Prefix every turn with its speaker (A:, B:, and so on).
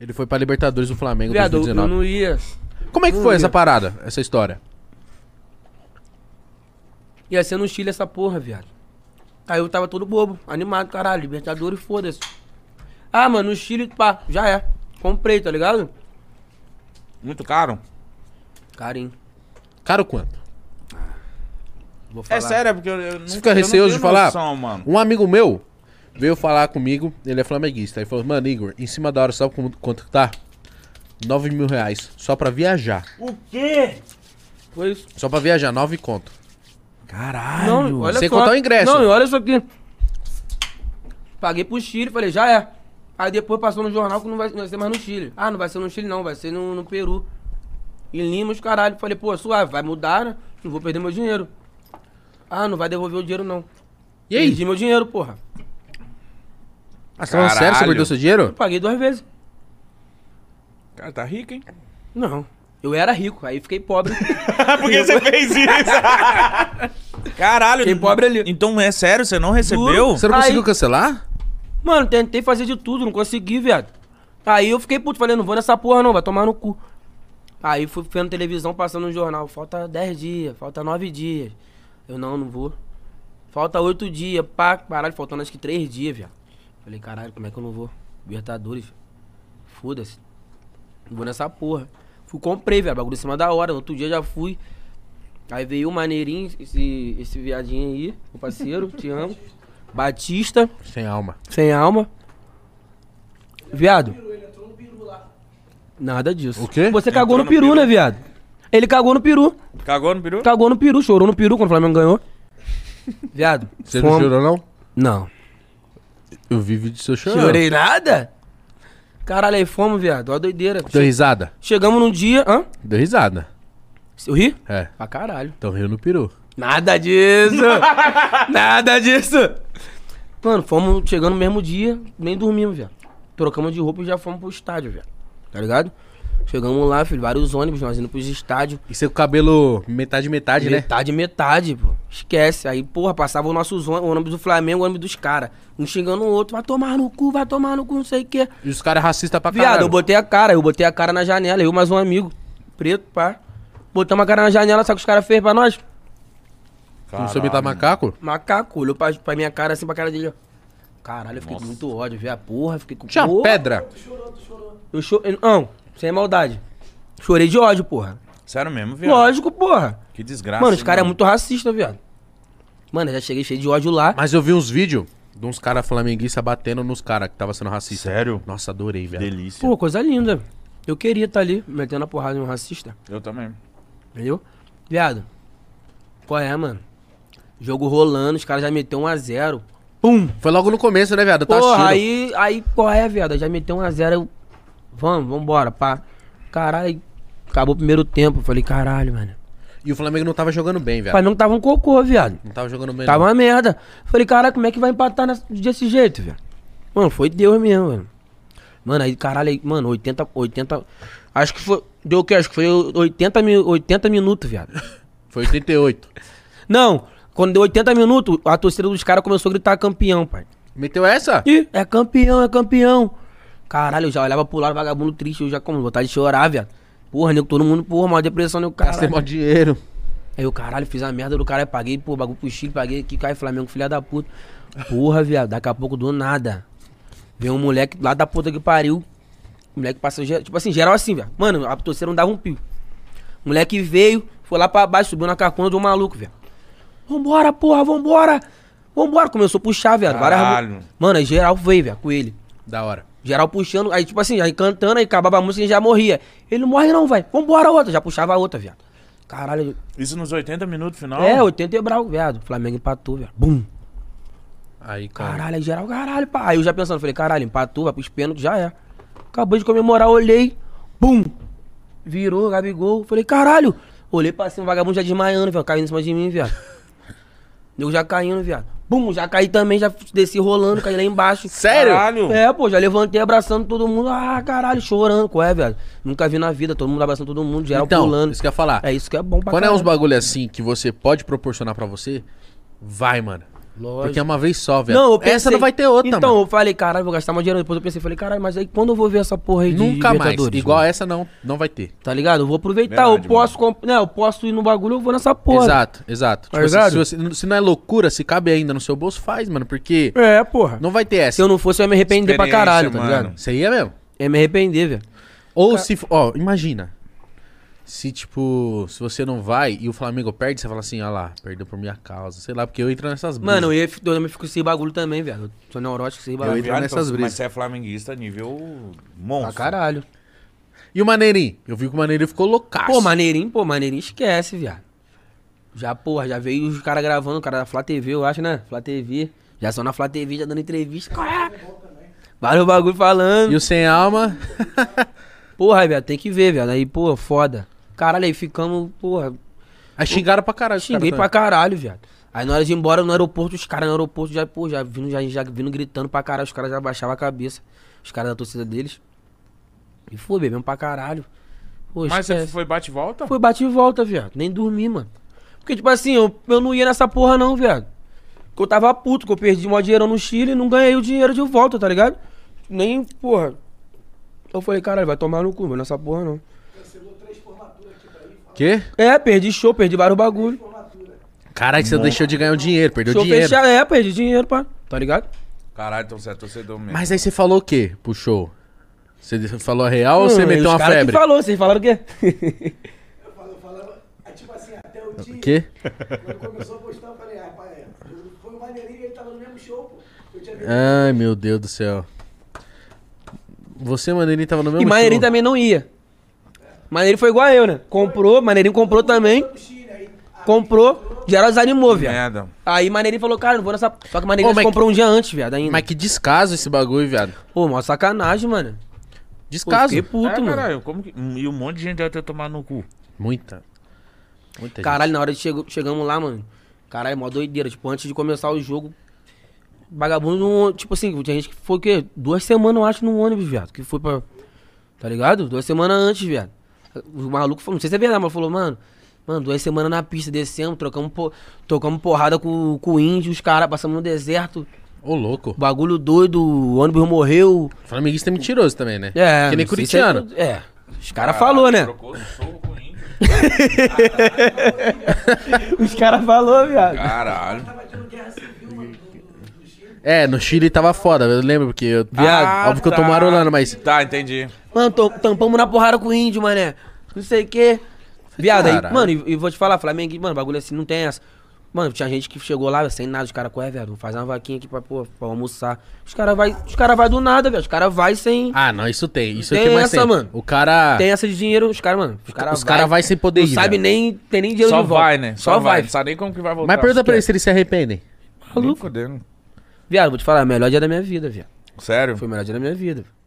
A: Ele foi pra Libertadores do Flamengo em
B: Viado, eu
A: 2019.
B: não ia.
A: Como é que
B: não
A: foi
B: ia.
A: essa parada, essa história?
B: Ia ser no Chile essa porra, viado. Aí eu tava todo bobo, animado, caralho, Libertadores, foda-se. Ah, mano, no Chile, pá, já é. Comprei, tá ligado?
C: Muito caro?
B: Carinho.
A: Caro quanto?
B: Vou falar.
C: É sério, é porque eu, eu não
A: Você fica receoso de falar?
C: mano.
A: Um amigo meu veio falar comigo, ele é flamenguista. Aí falou, mano, Igor, em cima da hora, sabe como- quanto que tá? 9 mil reais. Só pra viajar.
C: O quê?
B: Foi isso.
A: Só pra viajar, 9 conto.
C: Caralho.
B: Não, olha
A: sem
B: só.
A: contar o ingresso.
B: Não, e olha isso aqui. Paguei pro Chile, falei, já é. Aí depois passou no jornal que não vai, não vai ser mais no Chile. Ah, não vai ser no Chile não, vai ser no, no Peru. E Lima, os caralho. Falei, pô, suave, vai mudar, né? Não vou perder meu dinheiro. Ah, não vai devolver o dinheiro não.
A: E aí?
B: Perdi meu dinheiro, porra.
A: Ah, você tá falando sério? Você
C: Caralho.
A: perdeu seu dinheiro?
B: Paguei duas vezes.
C: Cara, tá rico, hein?
B: Não. Eu era rico, aí fiquei pobre.
C: Por que É você fez isso? Caralho.
B: Fiquei pobre ali.
C: Então é sério, você não recebeu?
B: Juro.
A: Você não
B: Aí-
A: conseguiu cancelar?
B: Mano, tentei fazer de tudo, não consegui, viado. Aí eu fiquei puto, falei, não vou nessa porra não, vai tomar no cu. Aí fui vendo televisão, passando no jornal, falta 10 dias, falta 9 dias. Eu, não, não vou. Falta 8 dias, pá, caralho, faltando acho que 3 dias, viado. Falei, caralho, como é que eu não vou? Libertadores, viado. foda-se. Não vou nessa porra. Fui, comprei, viado, bagulho em cima da hora, no outro dia já fui. Aí veio o maneirinho, esse, esse viadinho aí, o parceiro, te amo. Batista.
A: Sem alma.
B: Sem alma. Viado. Nada disso.
A: O quê?
B: Você cagou
C: Entrou
B: no
C: no
B: peru,
C: peru.
B: né, viado? Ele cagou no peru.
C: Cagou no peru?
B: Cagou no peru, chorou no peru quando o Flamengo ganhou. Viado.
A: Você não
B: fomos-
A: chorou, não?
B: Não.
A: Eu vi vídeo seu chorando.
B: Chorei nada? Caralho, aí fomos, viado. Ó, a doideira.
A: Deu risada?
B: Chegamos num dia. Hã?
A: Deu risada.
B: Eu ri?
A: É.
B: Pra caralho.
A: Então riu no peru.
B: Nada disso! Nada disso! Mano, fomos chegando no mesmo dia, nem dormimos, velho. Trocamos de roupa e já fomos pro estádio, velho. Tá ligado? Chegamos lá, filho, vários ônibus, nós indo pros estádios.
A: E seu cabelo metade, metade, né?
B: Metade, metade, pô. Esquece. Aí, porra, passava os nossos ônibus, o ônibus do Flamengo, o ônibus dos caras. Um xingando o outro, vai tomar no cu, vai tomar no cu, não sei o quê.
A: E os caras racistas pra
B: Viado,
A: caralho.
B: eu botei a cara, eu botei a cara na janela, eu mais um amigo, preto, pá. Botamos a cara na janela, sabe o que os caras fez pra nós?
A: Não soube imitar tá macaco?
B: Macaco, olhou pra, pra minha cara assim, pra cara dele, ó. Caralho, eu fiquei com muito ódio, vi a porra, fiquei com...
A: Tinha
B: Porra,
A: pedra.
B: Eu chorei... Não, sem maldade. Chorei de ódio, porra.
C: Sério mesmo,
A: É.
C: viado?
B: Lógico, porra.
C: Que
A: Tá
C: desgraça.
B: mano, os caras é
C: mano.
B: muito racista, viado. Mano, eu já cheguei cheio de ódio lá.
A: Mas eu vi uns vídeos de uns caras flamenguistas batendo nos caras que tava sendo racista.
C: Sério?
A: Nossa, adorei, velho.
C: Delícia.
B: Pô, coisa linda. Eu queria estar ali, metendo a porrada em um racista,
C: Eu também.
B: entendeu? Viado, qual é, mano? Jogo rolando, os caras já meteu 1x0. Pum!
A: Foi logo no começo, né, viado? Eu tava
B: Porra,
A: assistindo.
B: aí, aí qual é, viado? Já meteu 1x0. Eu... Vamos, vambora, pá. Caralho, acabou o primeiro tempo. Eu falei, caralho, mano.
A: E o Flamengo não tava jogando bem,
B: O
A: velho.
B: Flamengo tava um cocô, viado.
A: Não tava jogando bem.
B: Tava
A: não.
B: uma merda. Eu Falei, caralho, como é que vai empatar nessa- desse jeito, viado? Mano, foi Deus mesmo, mano. Mano, aí, caralho, aí, mano, 80, 80. Acho que foi. Deu o quê? Acho que foi 80, mi- 80 minutos, viado.
A: Foi 88.
B: Não, quando deu 80 minutos, a torcida dos caras começou a gritar campeão, pai.
A: Meteu essa?
B: Ih, é campeão, é campeão. Caralho, eu já olhava pro lado, vagabundo triste, eu já como vontade de chorar, viado. Porra, nego, todo mundo, porra, uma depressão, nego,
A: Gastei mó
B: caralho.
A: dinheiro.
B: Aí eu, caralho, fiz a merda do cara, eu paguei, pô, bagulho pro Chile, paguei aqui, cai Flamengo, filha da puta. Porra, viado, daqui a pouco do nada. Vem um moleque lá da puta que pariu. O moleque passou, ge- tipo assim, geral assim, velho. Mano, a torcida não dava um pio. O moleque veio, foi lá pra baixo, subiu na carcunda de um maluco, velho. Vambora, porra, vambora. Vambora, começou a puxar, viado.
C: Caralho.
B: Várias... Mano, aí geral veio, velho, com ele.
A: Da hora.
B: Geral puxando, aí tipo assim, aí cantando, aí acabava a música e já morria. Ele não morre não, vai. Vambora outra. Já puxava a outra, viado. Caralho.
C: Isso nos 80 minutos final?
B: É, 80 e brau, viado. Flamengo empatou, viado. Bum.
A: Aí, cara.
B: Caralho, aí geral, caralho, pá. Aí eu já pensando, falei, caralho, empatou, vai pros pênaltis, já é. Acabou de comemorar, olhei. Bum. Virou, Gabigol. Falei, caralho. Olhei pra cima, o vagabundo já desmaiando, viado. Caindo em cima de mim, viado. Eu já caindo, viado. Bum, já caí também, já desci rolando, caí lá embaixo.
A: Sério?
C: Caralho.
B: É, pô, já levantei abraçando todo mundo. Ah, caralho, chorando. Qual é, velho? Nunca vi na vida, todo mundo abraçando todo mundo, geral
A: Então,
B: pulando.
A: isso que eu ia falar.
B: É isso que é bom pra
A: Quando é
B: caralho.
A: uns bagulho assim que você pode proporcionar pra você, vai, mano.
B: Lógico.
A: Porque é uma vez só, velho.
B: eu
A: Essa não
B: pensei-
A: vai ter outra,
B: então,
A: mano.
B: eu falei, caralho, vou gastar meu dinheiro. Depois eu pensei, falei, caralho, mas aí quando eu vou ver essa porra aí de
A: Nunca mais.
B: Libertadores, né?
A: Igual é-
B: mano?
A: essa não, não vai ter.
B: Tá ligado? Eu vou aproveitar,
C: Verdade,
B: eu posso comp... né, eu posso ir no bagulho, eu vou nessa porra.
A: Exato, exato.
B: Tá
A: Tipo assim,
B: ligado?
A: se, você- se não é loucura, se cabe ainda no seu bolso, faz, mano. Porque
B: É, porra.
A: não vai ter
B: Se
A: essa.
B: eu não fosse, eu ia me arrepender pra
C: Experiência,
B: caralho, tá
C: mano.
B: ligado?
A: Você ia mesmo.
B: Eu ia me arrepender, velho.
A: Ou se. fo- Ó, imagina. Se, tipo, se você não vai e o Flamengo perde, você fala assim, ah lá, perdeu por minha causa. Sei lá, porque eu entro nessas brisas.
B: Mano, eu, ia, eu também fico sem bagulho também, velho. Eu Sou neurótico sem
A: Eu
B: bagulho.
A: entro nessas brisas.
C: Mas você é flamenguista nível monstro.
B: Pra caralho.
A: E o Maneirinho? Eu vi que o Maneirinho ficou loucaço.
B: Pô, maneirinho, pô, maneirinho esquece, viado. Já, porra, já veio os caras gravando, o cara da Flá TV, eu acho, né? Flá TV. Já só na Flá TV, já dando entrevista. Qual é? Vários bagulho falando.
A: E o Sem Alma?
B: Porra, velho, tem que ver, velho. Aí, pô, foda. Caralho, aí ficamos, porra,
A: Aí xingaram pra caralho. os
B: xinguei pra
A: caras
B: caralho, viado. Aí na hora de ir embora no aeroporto, os caras no aeroporto já, pô, já vindo, já, já vindo gritando pra caralho, os caras já baixavam a cabeça. Os caras da torcida deles. E foi, bebemos pra caralho. Pô,
D: Mas você
A: é
B: esquece.
D: foi bate e volta?
B: Foi bate e volta, viado. Nem dormi, mano. Porque, tipo assim, eu, eu não ia nessa porra, não, viado. Porque eu tava puto, que eu perdi mó dinheiro no Chile e não ganhei o dinheiro de volta, tá ligado? Nem, porra. Eu falei, caralho, vai tomar no cu, mano, nessa porra não.
A: também. Quê?
B: É, perdi show, perdi vários bagulho.
A: Caralho, você deixou de ganhar o dinheiro, perdeu
B: Show
A: dinheiro.
B: fechado, é, perdi dinheiro, pá. Tá ligado?
C: Caralho, então você é torcedor mesmo.
A: Mas aí você falou o quê pro show? Você de- falou a real ou você
B: Hum,
A: meteu
B: os
A: uma
B: cara
A: febre?
B: Que falou, vocês falaram o quê?
E: Eu falava, é tipo assim, até o dia,
A: O quê?
E: quando começou a postar, eu falei, rapaz, é, foi o maneirinho, ele tava no mesmo show, pô. Eu tinha visto
A: Ai, meu Deus do céu. Você, Maneirinho, tava no mesmo
B: e Maneirinho
A: show.
B: também não ia. Maneirinho foi igual eu, né? Comprou, Maneirinho comprou também.
E: o Chile aí.
B: Comprou, geral desanimou, viado.
C: Merda.
B: Aí Maneirinho falou, cara, não vou nessa. Só que Maneirinho
A: É. Ô, mas
B: comprou um dia antes, viado, ainda.
A: Mas que descaso esse bagulho, viado.
B: Pô, mó sacanagem, mano. Pô, eu
A: Descaso.
B: Fiquei puto,
C: é,
B: mano. Caralho,
C: caralho, como que... E um monte de gente deve ter tomado no cu.
A: Muita. Muita
B: na hora de chego- chegamos lá, mano. Caralho, mó doideira. Tipo, antes de começar o jogo, vagabundo não. Tipo assim, tinha gente que foi o quê? Duas semanas, eu acho, no ônibus, viado. Que foi pra. Tá ligado? Duas semanas antes, viado. O maluco falou, não sei se é verdade, mas falou, mano. Mano, duas semanas na pista, descemos, trocamos, por, trocamos porrada com, com o índio, os caras, passamos no deserto,
A: gente. Ô, louco.
B: bagulho doido, o ônibus morreu.
A: Flamenguista é mentiroso também, né?
B: É,
A: Que nem
B: não sei se é
A: curitiano.
B: tu- É. Os caras falou, né?
C: Trocou soco com o índio.
B: Os caras falou, viado.
C: Caralho.
A: É, no Chile tava foda, eu lembro, porque eu...
B: Viado.
A: Ah, óbvio que eu tô marolando, mas...
C: Tá, entendi.
B: Mano, tam- tampamos na porrada com o índio, mané. Não sei o quê. Viado, aí,
A: Caralho.
B: mano, e, e vou te falar, Flamengo, mano, bagulho assim não tem essa. Mano, tinha gente que chegou lá sem nada, os caras correm, velho, vou fazer uma vaquinha aqui pra, pô, pra almoçar. Os caras vai, os cara vai do nada, velho, os caras vai sem...
A: Ah, não, isso tem. Isso
B: Tem
A: é o que mais
B: essa,
A: tem.
B: mano.
A: O cara...
B: Tem essa de dinheiro, os caras, mano, os caras
A: Ah. Os cara vai sem poder
B: Não
A: ir,
B: sabe
A: velho.
B: nem, tem nem dinheiro
C: Só
B: de volta.
C: vai, né?
B: Só, vai.
C: Não sabe nem como que vai voltar.
A: Mas pergunta pra eles se eles se arrependem.
C: Maluco.
B: Viado, vou te falar, melhor dia da minha vida, viado.
C: Sério?
B: Foi o melhor dia da minha vida.